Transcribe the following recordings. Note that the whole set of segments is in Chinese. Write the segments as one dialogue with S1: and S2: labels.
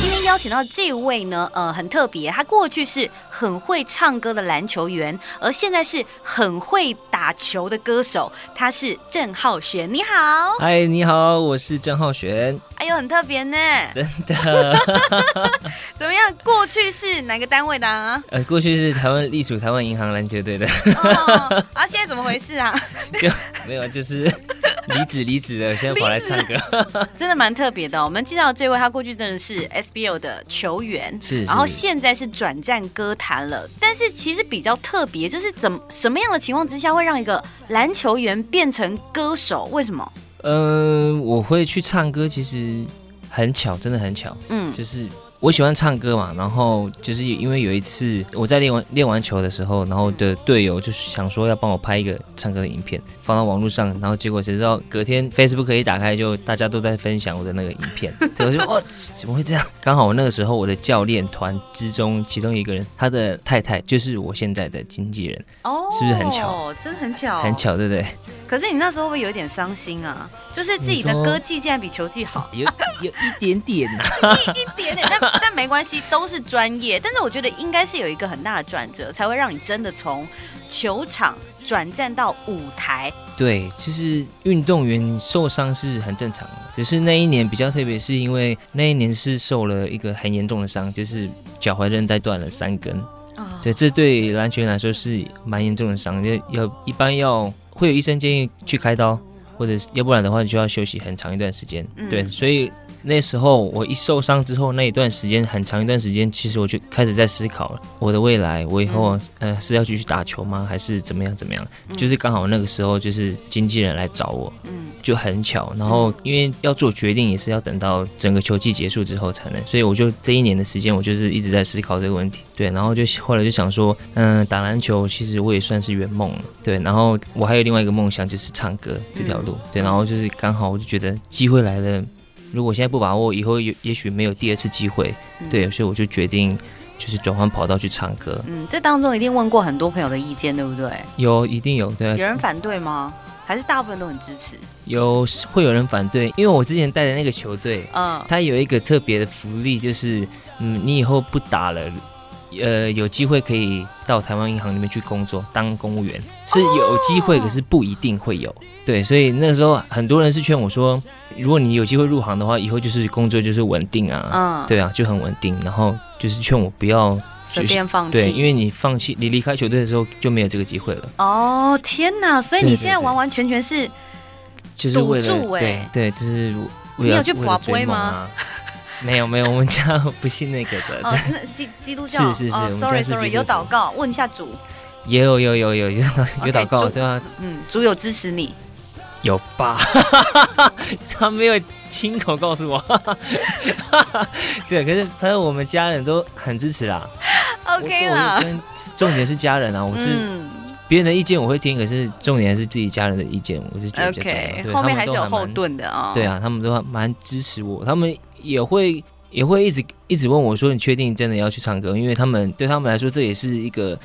S1: 今天邀请到这位呢，呃，很特别，他过去是很会唱歌的篮球员，而现在是很会打球的歌手，他是郑浩璇。你好，
S2: 嗨，你好，我是郑浩璇，
S1: 哎呦，很特别呢。
S2: 真的，
S1: 怎么样？过去是哪个单位的啊？
S2: 呃，过去是台湾隶属台湾银行篮球队的，
S1: 哦，啊，现在怎么回事啊？
S2: 就没有，就是 离职离职了，现在跑来唱 歌，
S1: 真的蛮特别的哦、我们介绍的这位，他过去真的是 SBL 的球员，
S2: 是是
S1: 然后现在是转战歌坛了。但是其实比较特别，就是怎么什么样的情况之下会让一个篮球员变成歌手？为什么？
S2: 嗯、我会去唱歌，其实很巧，真的很巧，
S1: 嗯
S2: 就是我喜欢唱歌嘛，然后就是因为有一次我在练完练完球的时候，然后我的队友就是想说要帮我拍一个唱歌的影片放到网络上，然后结果谁知道隔天 Facebook 一打开就大家都在分享我的那个影 片，对，我就哇怎么会这样？刚好我那个时候我的教练团之中其中一个人，他的太太就是我现在的经纪人，
S1: 哦
S2: 是不是很巧？
S1: 真的很巧，
S2: 很。巧，对不对？
S1: 可是你那时候会不会有点伤心啊？就是自己的
S2: 你说
S1: 歌技竟然比球技好
S2: 有有一点点呐、
S1: 一点点，但 但没关系，都是专业。但是我觉得应该是有一个很大的转折，才会让你真的从球场转战到舞台。
S2: 对，其实运动员受伤是很正常的，只是那一年比较特别，是因为那一年是受了一个很严重的伤，就是脚踝韧带断了三根。
S1: 啊
S2: 对，这对篮球员来说是蛮严重的伤，要要一般要会有医生建议去开刀，或者是要不然的话你就要休息很长一段时间。
S1: 嗯
S2: 对，所以那时候我一受伤之后，那一段时间很长一段时间，其实我就开始在思考了我的未来，我以后、
S1: 嗯
S2: 呃是要继续打球吗，还是怎么样怎么样？就是刚好那个时候就是经纪人来找我，
S1: 嗯
S2: 就很巧，然后因为要做决定也是要等到整个球季结束之后才能，所以我就这一年的时间，我就是一直在思考这个问题。对，然后就后来就想说，嗯，打篮球其实我也算是圆梦了，对。然后我还有另外一个梦想就是唱歌这条路，对。然后就是刚好我就觉得机会来了，如果现在不把握，以后也也许没有第二次机会，
S1: 嗯
S2: 对。所以我就决定就是转换跑道去唱歌，
S1: 嗯，这当中一定问过很多朋友的意见，对不对？
S2: 有一定有对，啊
S1: 有人反对吗？还是大部分都很支持？
S2: 有会有人反对，因为我之前带的那个球队。
S1: 嗯，
S2: 它有一个特别的福利，就是嗯，你以后不打了，呃，有机会可以到台湾银行里面去工作，当公务员是有机会，
S1: 哦
S2: 可是不一定会有。对，所以那时候很多人是劝我说，如果你有机会入行的话，以后就是工作就是稳定啊，
S1: 嗯
S2: 对啊，就很稳定。然后就是劝我不要
S1: 随便放弃。
S2: 对，因为你放弃，你离开球队的时候就没有这个机会了，
S1: 哦天哪！所以
S2: 对
S1: 你
S2: 对
S1: 现在
S2: 对
S1: 完完全全 是
S2: 就是为了、
S1: 赌注欸
S2: 对对，就是为
S1: 你有
S2: 了
S1: 去
S2: 为
S1: 拔
S2: 了
S1: 杯
S2: 追
S1: 吗
S2: 梦啊。没有没有，我们家 不信那个的，
S1: 哦，那基基督教
S2: 是是是
S1: 哦
S2: 我们家
S1: ，sorry
S2: 是基督
S1: sorry，
S2: 徒
S1: 有祷告，问一下主，
S2: 也有有有有有有祷告
S1: 啊 OK，祝
S2: 对吧？
S1: 嗯，主有支持你。
S2: 有吧？ 他没有亲口告诉我， 对，可是反正我们家人都很支持啦。
S1: OK
S2: 我我
S1: 啦
S2: 就，跟重点是家人啊，我是
S1: 嗯
S2: 别人的意见我会听，可是重点是自己家人的意见，我是觉得比较重要。
S1: ，OK，
S2: 对
S1: 后面
S2: 他
S1: 还是
S2: 们都
S1: 有后
S2: 蛮
S1: 盾的啊。
S2: 对，啊，他们都还蛮支持我，他们也会也会一直一直问我说：“你确定真的要去唱歌？”因为他们对他们来说，这也是一个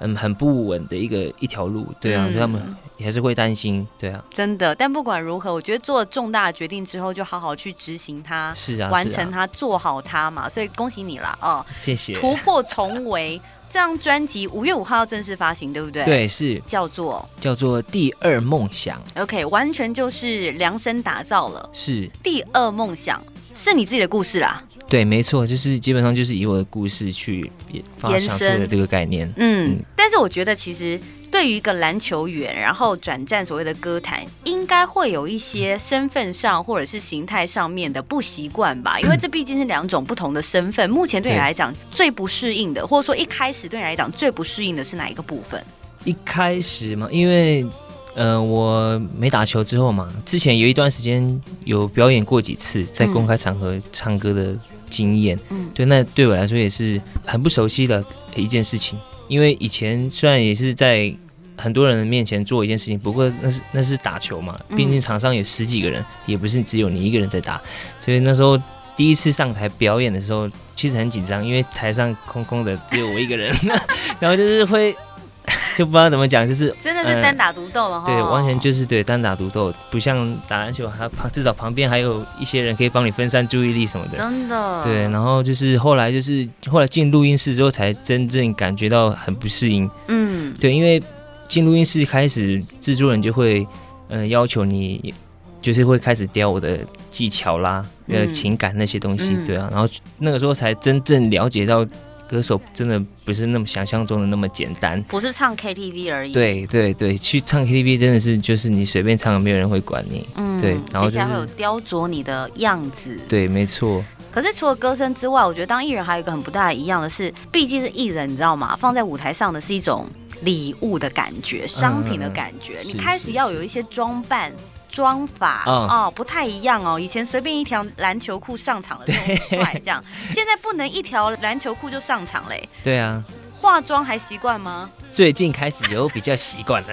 S2: 嗯很不稳的一个一条路，对啊，
S1: 嗯
S2: 所以他们也还是会担心，对啊，
S1: 真的。但不管如何，我觉得做了重大的决定之后，就好好去执行它，
S2: 是啊，
S1: 完
S2: 是啊
S1: 成它，做好它嘛。所以恭喜你啦，哦。
S2: 谢谢。
S1: 突破重围这张专辑五月五号正式发行，对不对？，
S2: 对，是
S1: 叫做
S2: 叫做第二梦想，
S1: OK，完全就是量身打造了。
S2: 是
S1: 第二梦想是你自己的故事啦，
S2: 对，没错，就是基本上就是以我的故事去也发
S1: 延
S2: 想出
S1: 伸
S2: 的这个概念。
S1: 嗯。
S2: 嗯
S1: 但是我觉得其实对于一个篮球员，然后转战所谓的歌坛，应该会有一些身份上或者是形态上面的不习惯 吧，因为这毕竟是两种不同的身份。目前对你
S2: 对
S1: 来讲最不适应的，或者说一开始对你来讲最不适应的是哪一个部分？
S2: 一开始嘛，因为呃我没打球之后嘛，之前有一段时间有表演过几次，在公开场合唱歌的经验，
S1: 嗯
S2: 对，那对我来说也是很不熟悉的呃一件事情，因为以前虽然也是在。很多人面前做一件事情，不过那是那是打球嘛，
S1: 嗯
S2: 毕竟场上有十几个人，也不是只有你一个人在打，所以那时候第一次上台表演的时候，其实很紧张，因为台上空空的，只有我一个人， 然后就是会 就不知道怎么讲，就是
S1: 真的是单打独斗了哈、
S2: 呃对，完全就是对单打独斗，不像打篮球，还旁至少旁边还有一些人可以帮你分散注意力什么的。
S1: 真的
S2: 对，然后就是后来就是后来进录音室之后，才真正感觉到很不适应。
S1: 嗯
S2: 对，因为进录音室开始，制作人就会呃要求你，就是会开始雕我的技巧啦，呃、
S1: 嗯
S2: 情感那些东西，
S1: 嗯
S2: 对啊，然后那个时候才真正了解到，歌手真的不是那么想象中的那么简单。
S1: 不是唱 KTV 而已。，
S2: 对对对，去唱 KTV 真的是就是你随便唱，没有人会管你。
S1: 嗯
S2: 对然后
S1: 接下来
S2: 就
S1: 会
S2: 是
S1: 有雕琢你的样子。
S2: 对，没错，
S1: 可是除了歌声之外，我觉得当艺人还有一个很不大一样的是，毕竟是艺人，你知道吗？放在舞台上的是一种礼物的感觉，商品的感觉。
S2: 嗯
S1: 你
S2: 是
S1: 开始要有一些装扮。装法
S2: 嗯
S1: 哦不太一样哦。以前随便一条篮球裤上场的这种帅， 这样现在不能一条篮球裤就上场嘞。
S2: 对啊，
S1: 化妆还习惯吗？
S2: 最近开始有比较习惯了。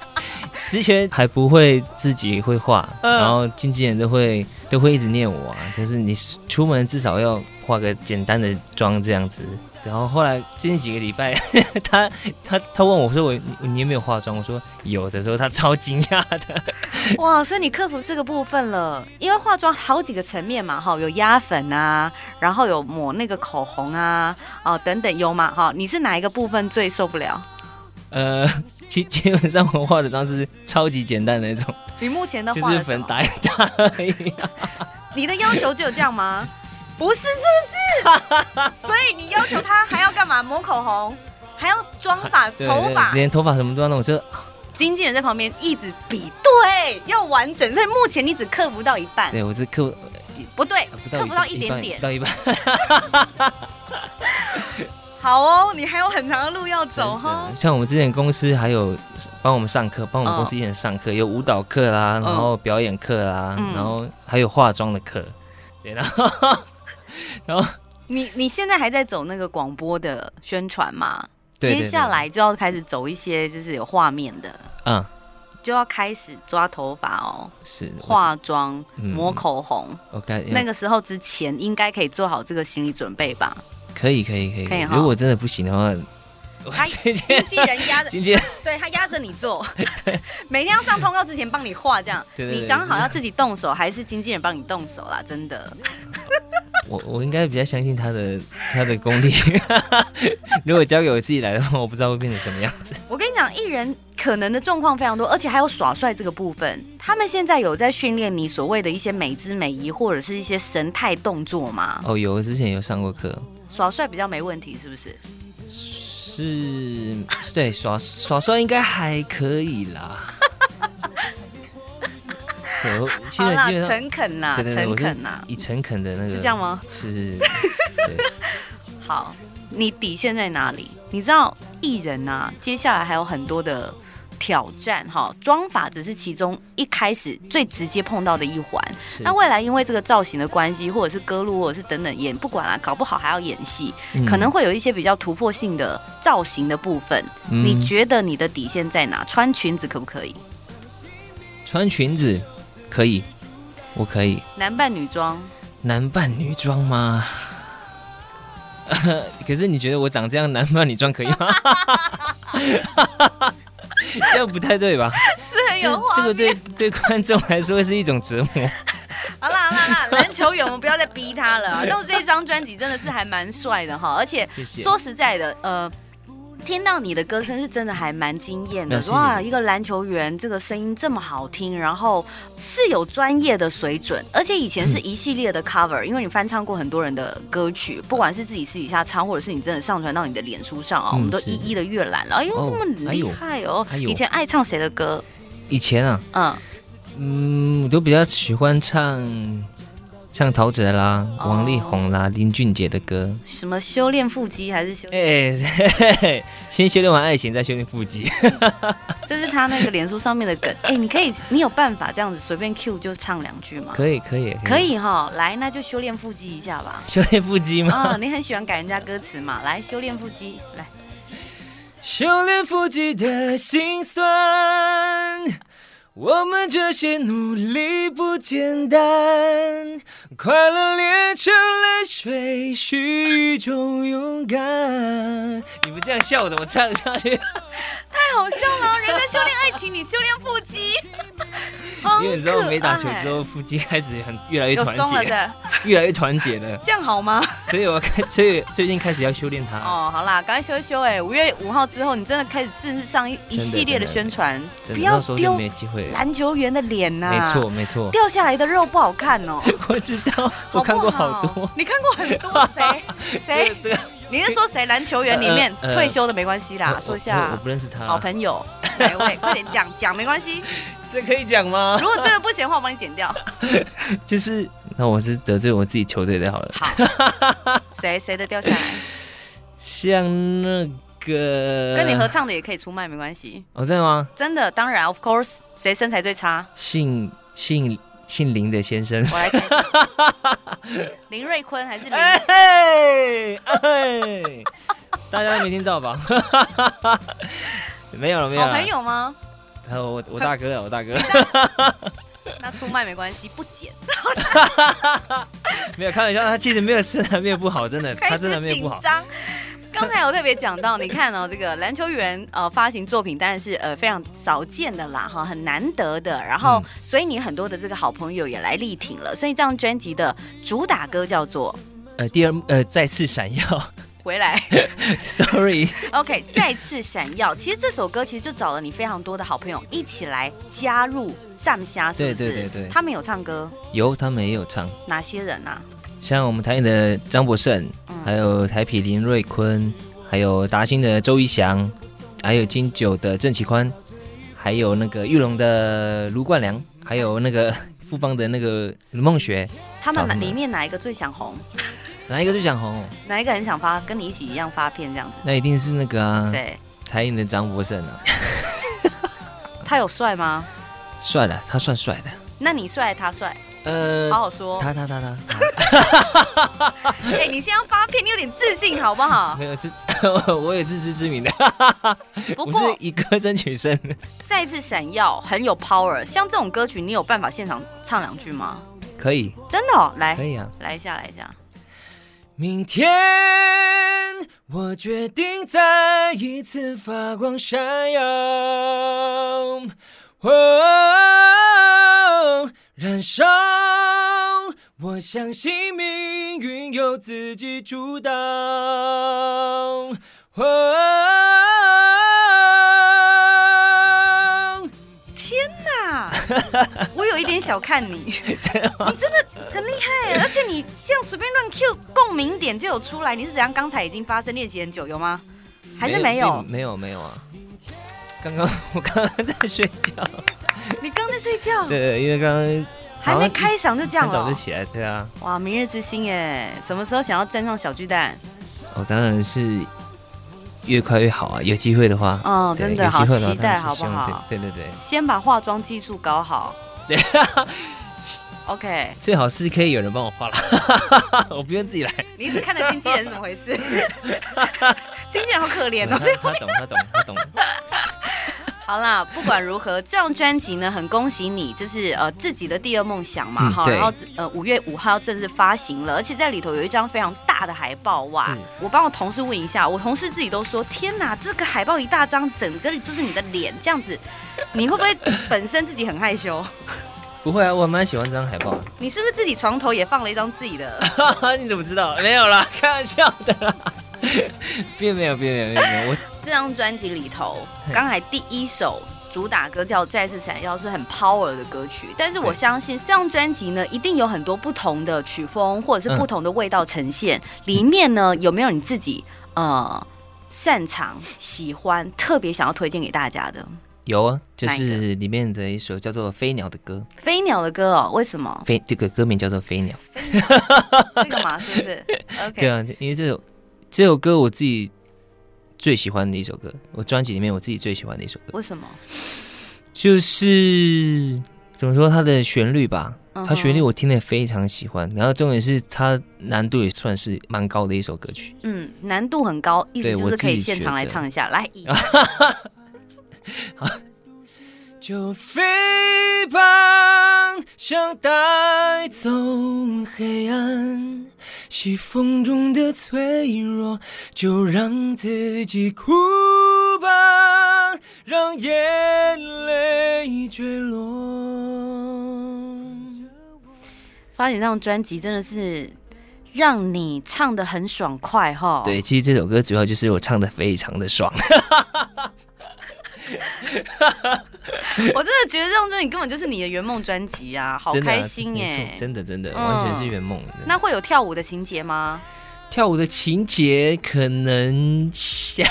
S2: 之前还不会自己会画，然后经纪人都会都会一直念我啊，就是你出门至少要化个简单的妆这样子。然后后来最近几个礼拜， 他他他问我说我你你有没有化妆？我说有的时候他超惊讶的。
S1: 哇，所以你克服这个部分了，因为化妆好几个层面嘛，哈，有压粉啊，然后有抹那个口红啊，哦等等，有吗？哈，你是哪一个部分最受不了？
S2: 呃，基基本上我化的妆是超级简单的那种，
S1: 你目前的
S2: 就
S1: 化
S2: 是
S1: 了什
S2: 粉
S1: 么
S2: 打一打而已、啊
S1: 你的要求只有这样 吗？不是，是不是？ 所以你要求他还要干嘛？抹口红，还要妆发、
S2: 对
S1: 头发嗯
S2: 对，。连头发什么都要弄。我说
S1: 经纪人在旁边一直比对，要完整。所以目前你只克服到一半，
S2: 对我是克
S1: 不对，克
S2: 到
S1: 服到一点点
S2: 不。到一半。
S1: 好哦，你还有很长的路要
S2: 真
S1: 走
S2: 的
S1: 哈。
S2: 像我们之前公司还有帮我们上课，帮我们
S1: 嗯
S2: 公司艺人上课，有舞蹈课啦，
S1: 嗯
S2: 然后表演课啦，
S1: 嗯
S2: 然后还有化妆的课，对，然后然后
S1: 你你现在还在走那个广播的宣传吗？
S2: 对对对
S1: 接下来就要开始走一些就是有画面的，
S2: 嗯
S1: 就要开始抓头发哦，
S2: 是我
S1: 化妆、
S2: 嗯
S1: 抹口红。
S2: 我感
S1: 那个时候之前应该可以做好这个心理准备 吧？
S2: 可以可以可以，
S1: 可以哈哎
S2: 如果真的不行的话，
S1: 他
S2: 这
S1: 经纪人压着，
S2: 今天
S1: 对他压着你做，每天要上通告之前帮你画这样。
S2: 对对对
S1: 你想好要自己动手还是经纪人帮你动手啦？真的，
S2: 我我应该比较相信他的他的功力， 如果交给我自己来的话，我不知道会变成什么样子。
S1: 我跟你讲，艺人可能的状况非常多，而且还有耍帅这个部分。他们现在有在训练你所谓的一些美姿美仪或者是一些神态动作吗？
S2: 哦，有我之前有上过课，
S1: 耍帅比较没问题，是不是？
S2: 是，对耍耍帅应该还可以啦。 对，我基
S1: 好
S2: 本
S1: 啦
S2: 基本，上，
S1: 诚恳啦，
S2: 对对对，
S1: 诚
S2: 我是
S1: 恳啦，
S2: 以诚恳的那个
S1: 是这样？吗？
S2: 是是是， 对，
S1: 好，你底线在哪里？你知道艺人啊，接下来还有很多的挑战哈，妆法只是其中一开始最直接碰到的一环。
S2: 是
S1: 那未来因为这个造型的关系，或者是歌路，或者是等等演，不管啦、搞不好还要演戏，
S2: 嗯
S1: 可能会有一些比较突破性的造型的部分。
S2: 嗯
S1: 你觉得你的底线在哪？穿裙子可不可以？
S2: 穿裙子可以，我可以，
S1: 男扮女装，
S2: 男扮女装吗？ 可是你觉得我长这样男扮女装可以吗？ 这样不太对吧？
S1: 是很
S2: 这这个对对观众来说是一种折磨。
S1: 好啦好啦好啦，篮球员我们不要再逼他了、 啊。但我这张专辑真的是还蛮帅的哈，而且
S2: 谢谢
S1: 说实在的，呃。听到你的歌声是真的还蛮惊艳的
S2: 那，谢谢
S1: 哇！一个篮球员这个声音这么好听，然后是有专业的水准，而且以前
S2: 嗯
S1: 是一系列的 cover，、因为你翻唱过很多人的歌曲，不管是自己私底下唱，或者是你真的上传到你的脸书上啊、
S2: 嗯
S1: 我们都
S2: 是
S1: 一一的阅览了。哎呦，
S2: 哦
S1: 这么
S2: 哎
S1: 厉
S2: 呦
S1: 害哦！
S2: 哎呦
S1: 以前爱唱谁的歌？
S2: 以前啊，
S1: 嗯，
S2: 嗯，我都比较喜欢唱像陶喆啦、
S1: 哦
S2: 王力宏啦、林俊杰的歌。
S1: 什么修炼腹肌还是修炼？
S2: 哎、嘿嘿先修炼完爱情，再修炼腹肌。
S1: 这是他那个脸书上面的梗。哎、你可以，你有办法这样子随便 Q 就唱两句吗？
S2: 可以，可以，
S1: 可以哈，来，那就修炼腹肌一下 吧。
S2: 修炼腹肌吗？
S1: 啊、你很喜欢改人家歌词嘛？来，修炼腹肌，来，
S2: 修炼腹肌的心酸，我们这些努力不简单，快乐炼成泪水，是一种勇敢。你们这样笑我怎么唱下去？
S1: 太好笑了！人家修炼爱情，你修炼腹肌，
S2: 因为你知道没打球之后，腹肌开始很越来越
S1: 又
S2: 团
S1: 松了
S2: 结，
S1: 的，
S2: 越来越团结了。
S1: 这样好吗？
S2: 所以我开，所以最近开始要修炼它。
S1: 哦，好啦，赶快修一修哎、五月五号之后，你真的开始正式上一一
S2: 真的
S1: 系列的
S2: 真的
S1: 宣传，
S2: 真
S1: 不
S2: 的，
S1: 要
S2: 到时候就
S1: 丢
S2: 没机会了。
S1: 篮啊球员的脸呐、
S2: 没错，，没错，
S1: 掉下来的肉不好看哦。
S2: 我知道，我看过好
S1: 不
S2: 多。
S1: 你看过很多谁？
S2: 这
S1: 谁
S2: 个？这个
S1: 你是说谁？篮球员里面
S2: 呃呃
S1: 退休的没关系啦，
S2: 我
S1: 说一
S2: 我我
S1: 下
S2: 不认识他。
S1: 好朋 友哪一位？快点讲讲，没关系。
S2: 这可以讲吗
S1: 如？果真的不行的话，我帮你剪 掉。
S2: 就是，那我是得罪我自己球队的好了。
S1: 谁谁的掉下来？
S2: 像那个
S1: 跟你合唱的也可以出卖，没关系。
S2: 哦，真的吗？
S1: 真的，当然，of course，谁身材最差？
S2: 姓姓姓林的先生。
S1: 我 来看一下。林瑞坤还是林？
S2: 哎嘿， 哎嘿，大家都没听到吧？ 没有了，没有啊
S1: 好
S2: 了。
S1: 朋友吗？
S2: 还有我我大哥啊，我大哥
S1: 那出卖没关系，不剪。
S2: 没有开玩笑，他其实没有身材没有不好，真的，他
S1: 开
S2: 真
S1: 始
S2: 的没有
S1: 紧
S2: 不好。
S1: 张。刚才有特别讲到，你看哦，这 个篮球员呃发行作品当然是呃非常少见的啦，哈，很难得的。然后，
S2: 嗯
S1: 所以你很多的这个好朋友也来力挺了，所以这张专辑的主打歌叫做
S2: 呃，第二呃，再次闪耀
S1: 《回来》
S2: ，sorry，
S1: ，OK，再次闪耀。其实这首歌其实就找了你非常多的好朋友一起来加入赞虾，是不是？
S2: 对对对对
S1: 他们有唱歌，
S2: 有他们也有唱，
S1: 哪些人啊？
S2: 像我们台演的张博胜，还
S1: 嗯，
S2: 有台啤林瑞坤，还有达兴的周一翔，还有金九的郑启宽，还有那个玉龙的卢冠良，还有那个 富邦的那个 卢梦学，
S1: 他们
S2: 找他
S1: 哪
S2: 们
S1: 里面哪一个最想红？
S2: 哪一个最想红？
S1: 哪一个很想发跟你一起一样发片这样子？
S2: 那一定是那个啊，
S1: 谁？
S2: 台演的张博胜啊，
S1: 他有帅吗？
S2: 帅了，他算帅的，
S1: 那你帅，他帅，
S2: 呃
S1: 好，好说。
S2: 他他他 啊他
S1: 哎、你现在发片，你有点自信好不
S2: 他，
S1: 好？
S2: 没有是，我有自知之明的，
S1: 不
S2: 我是
S1: 过
S2: 以歌声取胜。
S1: 再次闪耀很有 power，像这种歌曲，你有办法现场唱两句吗？
S2: 可以，
S1: 真的、哦，来
S2: 可以啊。
S1: 来一下，来一下。
S2: 明天我决定再一次发光闪耀，哦，燃烧！我相信命运由自己主导，哦。
S1: 啊，我有一点小看你， 你真的很厉害，而且你这样随便乱 Q 共鸣点就有出来，你是怎样？刚才已经发生练习很久，有吗？还是没有
S2: 并？没有，没有啊！刚刚我刚刚在睡觉，
S1: 你刚在睡觉，
S2: 对，因为刚刚
S1: 还没开嗓就这样
S2: 很
S1: 了
S2: 早
S1: 哦、
S2: 就起来，对啊，
S1: 哇，明日之星哎，什么时候想要站上小巨蛋？
S2: 我、当然是越快越好啊，有机会的话，
S1: 哦，
S2: 对
S1: 真的
S2: 有
S1: 好
S2: 机会的话
S1: 期待，
S2: 当然
S1: 好
S2: 是希
S1: 不
S2: 望
S1: 好？
S2: 对对对对，
S1: 先把化妆技术搞好。OK，
S2: 最好是可以有人帮我画了， 我不用自己来，
S1: 你一直看着经纪人怎么回 事？经纪人好可怜
S2: 他
S1: 哦。
S2: 他懂他懂他懂，
S1: 好啦，不管如何，这张专辑呢，很恭喜你，就是呃自己的第二梦想嘛，
S2: 嗯
S1: 哈、
S2: 对
S1: 然后呃五月五号正式发行了，而且在里头有一张非常大的海报哇
S2: 是！
S1: 我帮我同事问一下，我同事自己都说，天哪，这个海报一大张，整个就是你的脸这样子，你会不会本身自己很害羞？
S2: 不会啊，我还蛮喜欢这张海报
S1: 你是不是自己床头也放了一张自己的？
S2: 的， 你怎么知道？没有啦， 开玩笑的 啦，并没有并没有并没有，我
S1: 这张专辑里头，
S2: 嘿
S1: 刚才第一首主打歌叫《再次闪耀》是很 power 的歌曲，但是我
S2: 对
S1: 相信这张专辑呢，一定有很多不同的曲风或者
S2: 嗯
S1: 是不同的味道呈现。里面呢，有没有你自己呃擅长、喜欢、特别想要推荐给大家的
S2: 有啊，就
S1: 哪一个
S2: 是里面的一首叫做《飞鸟》的歌，？
S1: 飞鸟的歌哦？为什么
S2: 飞这个歌名叫做《飞鸟》。
S1: 这个 嘛，是不是
S2: 对
S1: ？OK，
S2: 啊，因为这首这首歌我自己最喜欢的一首歌，我专辑里面我自己最喜欢的一首歌，
S1: 为什么？
S2: 就是怎么说它的旋律吧，
S1: 嗯哼
S2: 它旋律我听得非常喜欢，然后重点是它难度也算是蛮高的一首歌曲。
S1: 嗯，难度很高，意思
S2: 对
S1: 就
S2: 我
S1: 是
S2: 自
S1: 可以
S2: 己
S1: 现
S2: 觉
S1: 场来
S2: 得
S1: 唱一下。来，一
S2: 就飞吧，想带走黑暗。西风中的脆弱，就让自己哭吧，让眼泪坠落。
S1: 发现这张专辑真的是让你唱的很爽快哈。
S2: 对，，其实这首歌主要就是我唱的非常的爽，
S1: 我真的觉得这张专辑根本就是你的圆梦专辑啊，好
S2: 真的啊
S1: 开心
S2: 没
S1: 哎、
S2: 错真的真的
S1: 嗯
S2: 完全是圆梦的。
S1: 那会有跳舞的情节 吗？
S2: 跳舞的情节可能下，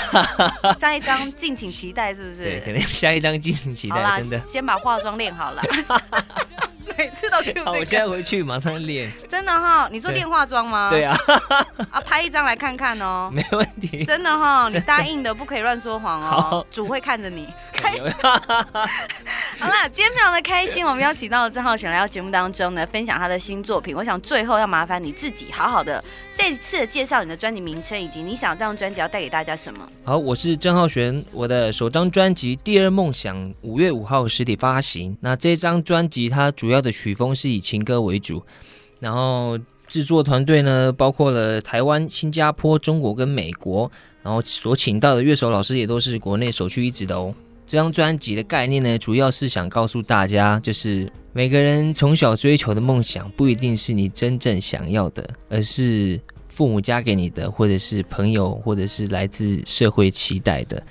S1: 下一张敬请期待，是不是？
S2: 对，可能下一张敬请期
S1: 好啦，
S2: 待，真的。
S1: 先把化妆练好 了。每次都 Q
S2: 啊好，我
S1: 这
S2: 现在
S1: 个，
S2: 回去马上练。
S1: 真的哈、你说
S2: 对
S1: 练化妆吗？
S2: 对
S1: 啊，
S2: 啊，
S1: 拍一张来看看哦。
S2: 没问题。
S1: 真的 哈、你答应的不可以乱说谎哦
S2: 好，
S1: 主会看着你。
S2: 可能
S1: 好啦，今天非常的开心，我们邀请到郑浩选来到节目当中呢，分享他的新作品。我想最后要麻烦你自己好好的再次介绍你的专辑名称，以及你想这张专辑要带给大家什么。
S2: 好，我是郑浩璇，我的首张专辑《第二梦想》五月五号实体发行。那这张专辑它主要的曲风是以情歌为主，然后制作团队呢包括了台湾、新加坡、中国跟美国，然后所请到的乐手老师也都是国内首屈一指的哦。这张专辑的概念呢，主要是想告诉大家，就是每个人从小追求的梦想，不一定是你真正想要的，而是父母加给你的，或者是朋友，或者是来自社会期待的。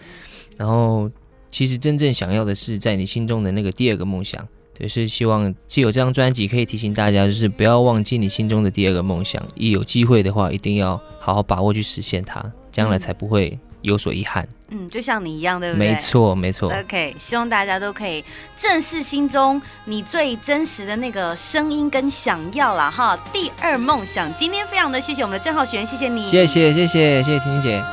S2: 然后，其实真正想要的是在你心中的那个第二个梦想。对，是希望借由这张专辑可以提醒大家，就是不要忘记你心中的第二个梦想，一有机会的话，一定要好好把握去实现它，将来才不会有所遗憾。
S1: 嗯，就像你一样，对不对？
S2: 没错，没错。
S1: OK，希望大家都可以正视心中你最真实的那个声音跟想要啦哈。第二梦想，今天非常的谢谢我们的郑浩璇，谢谢你，
S2: 谢。谢谢谢谢谢婷姐。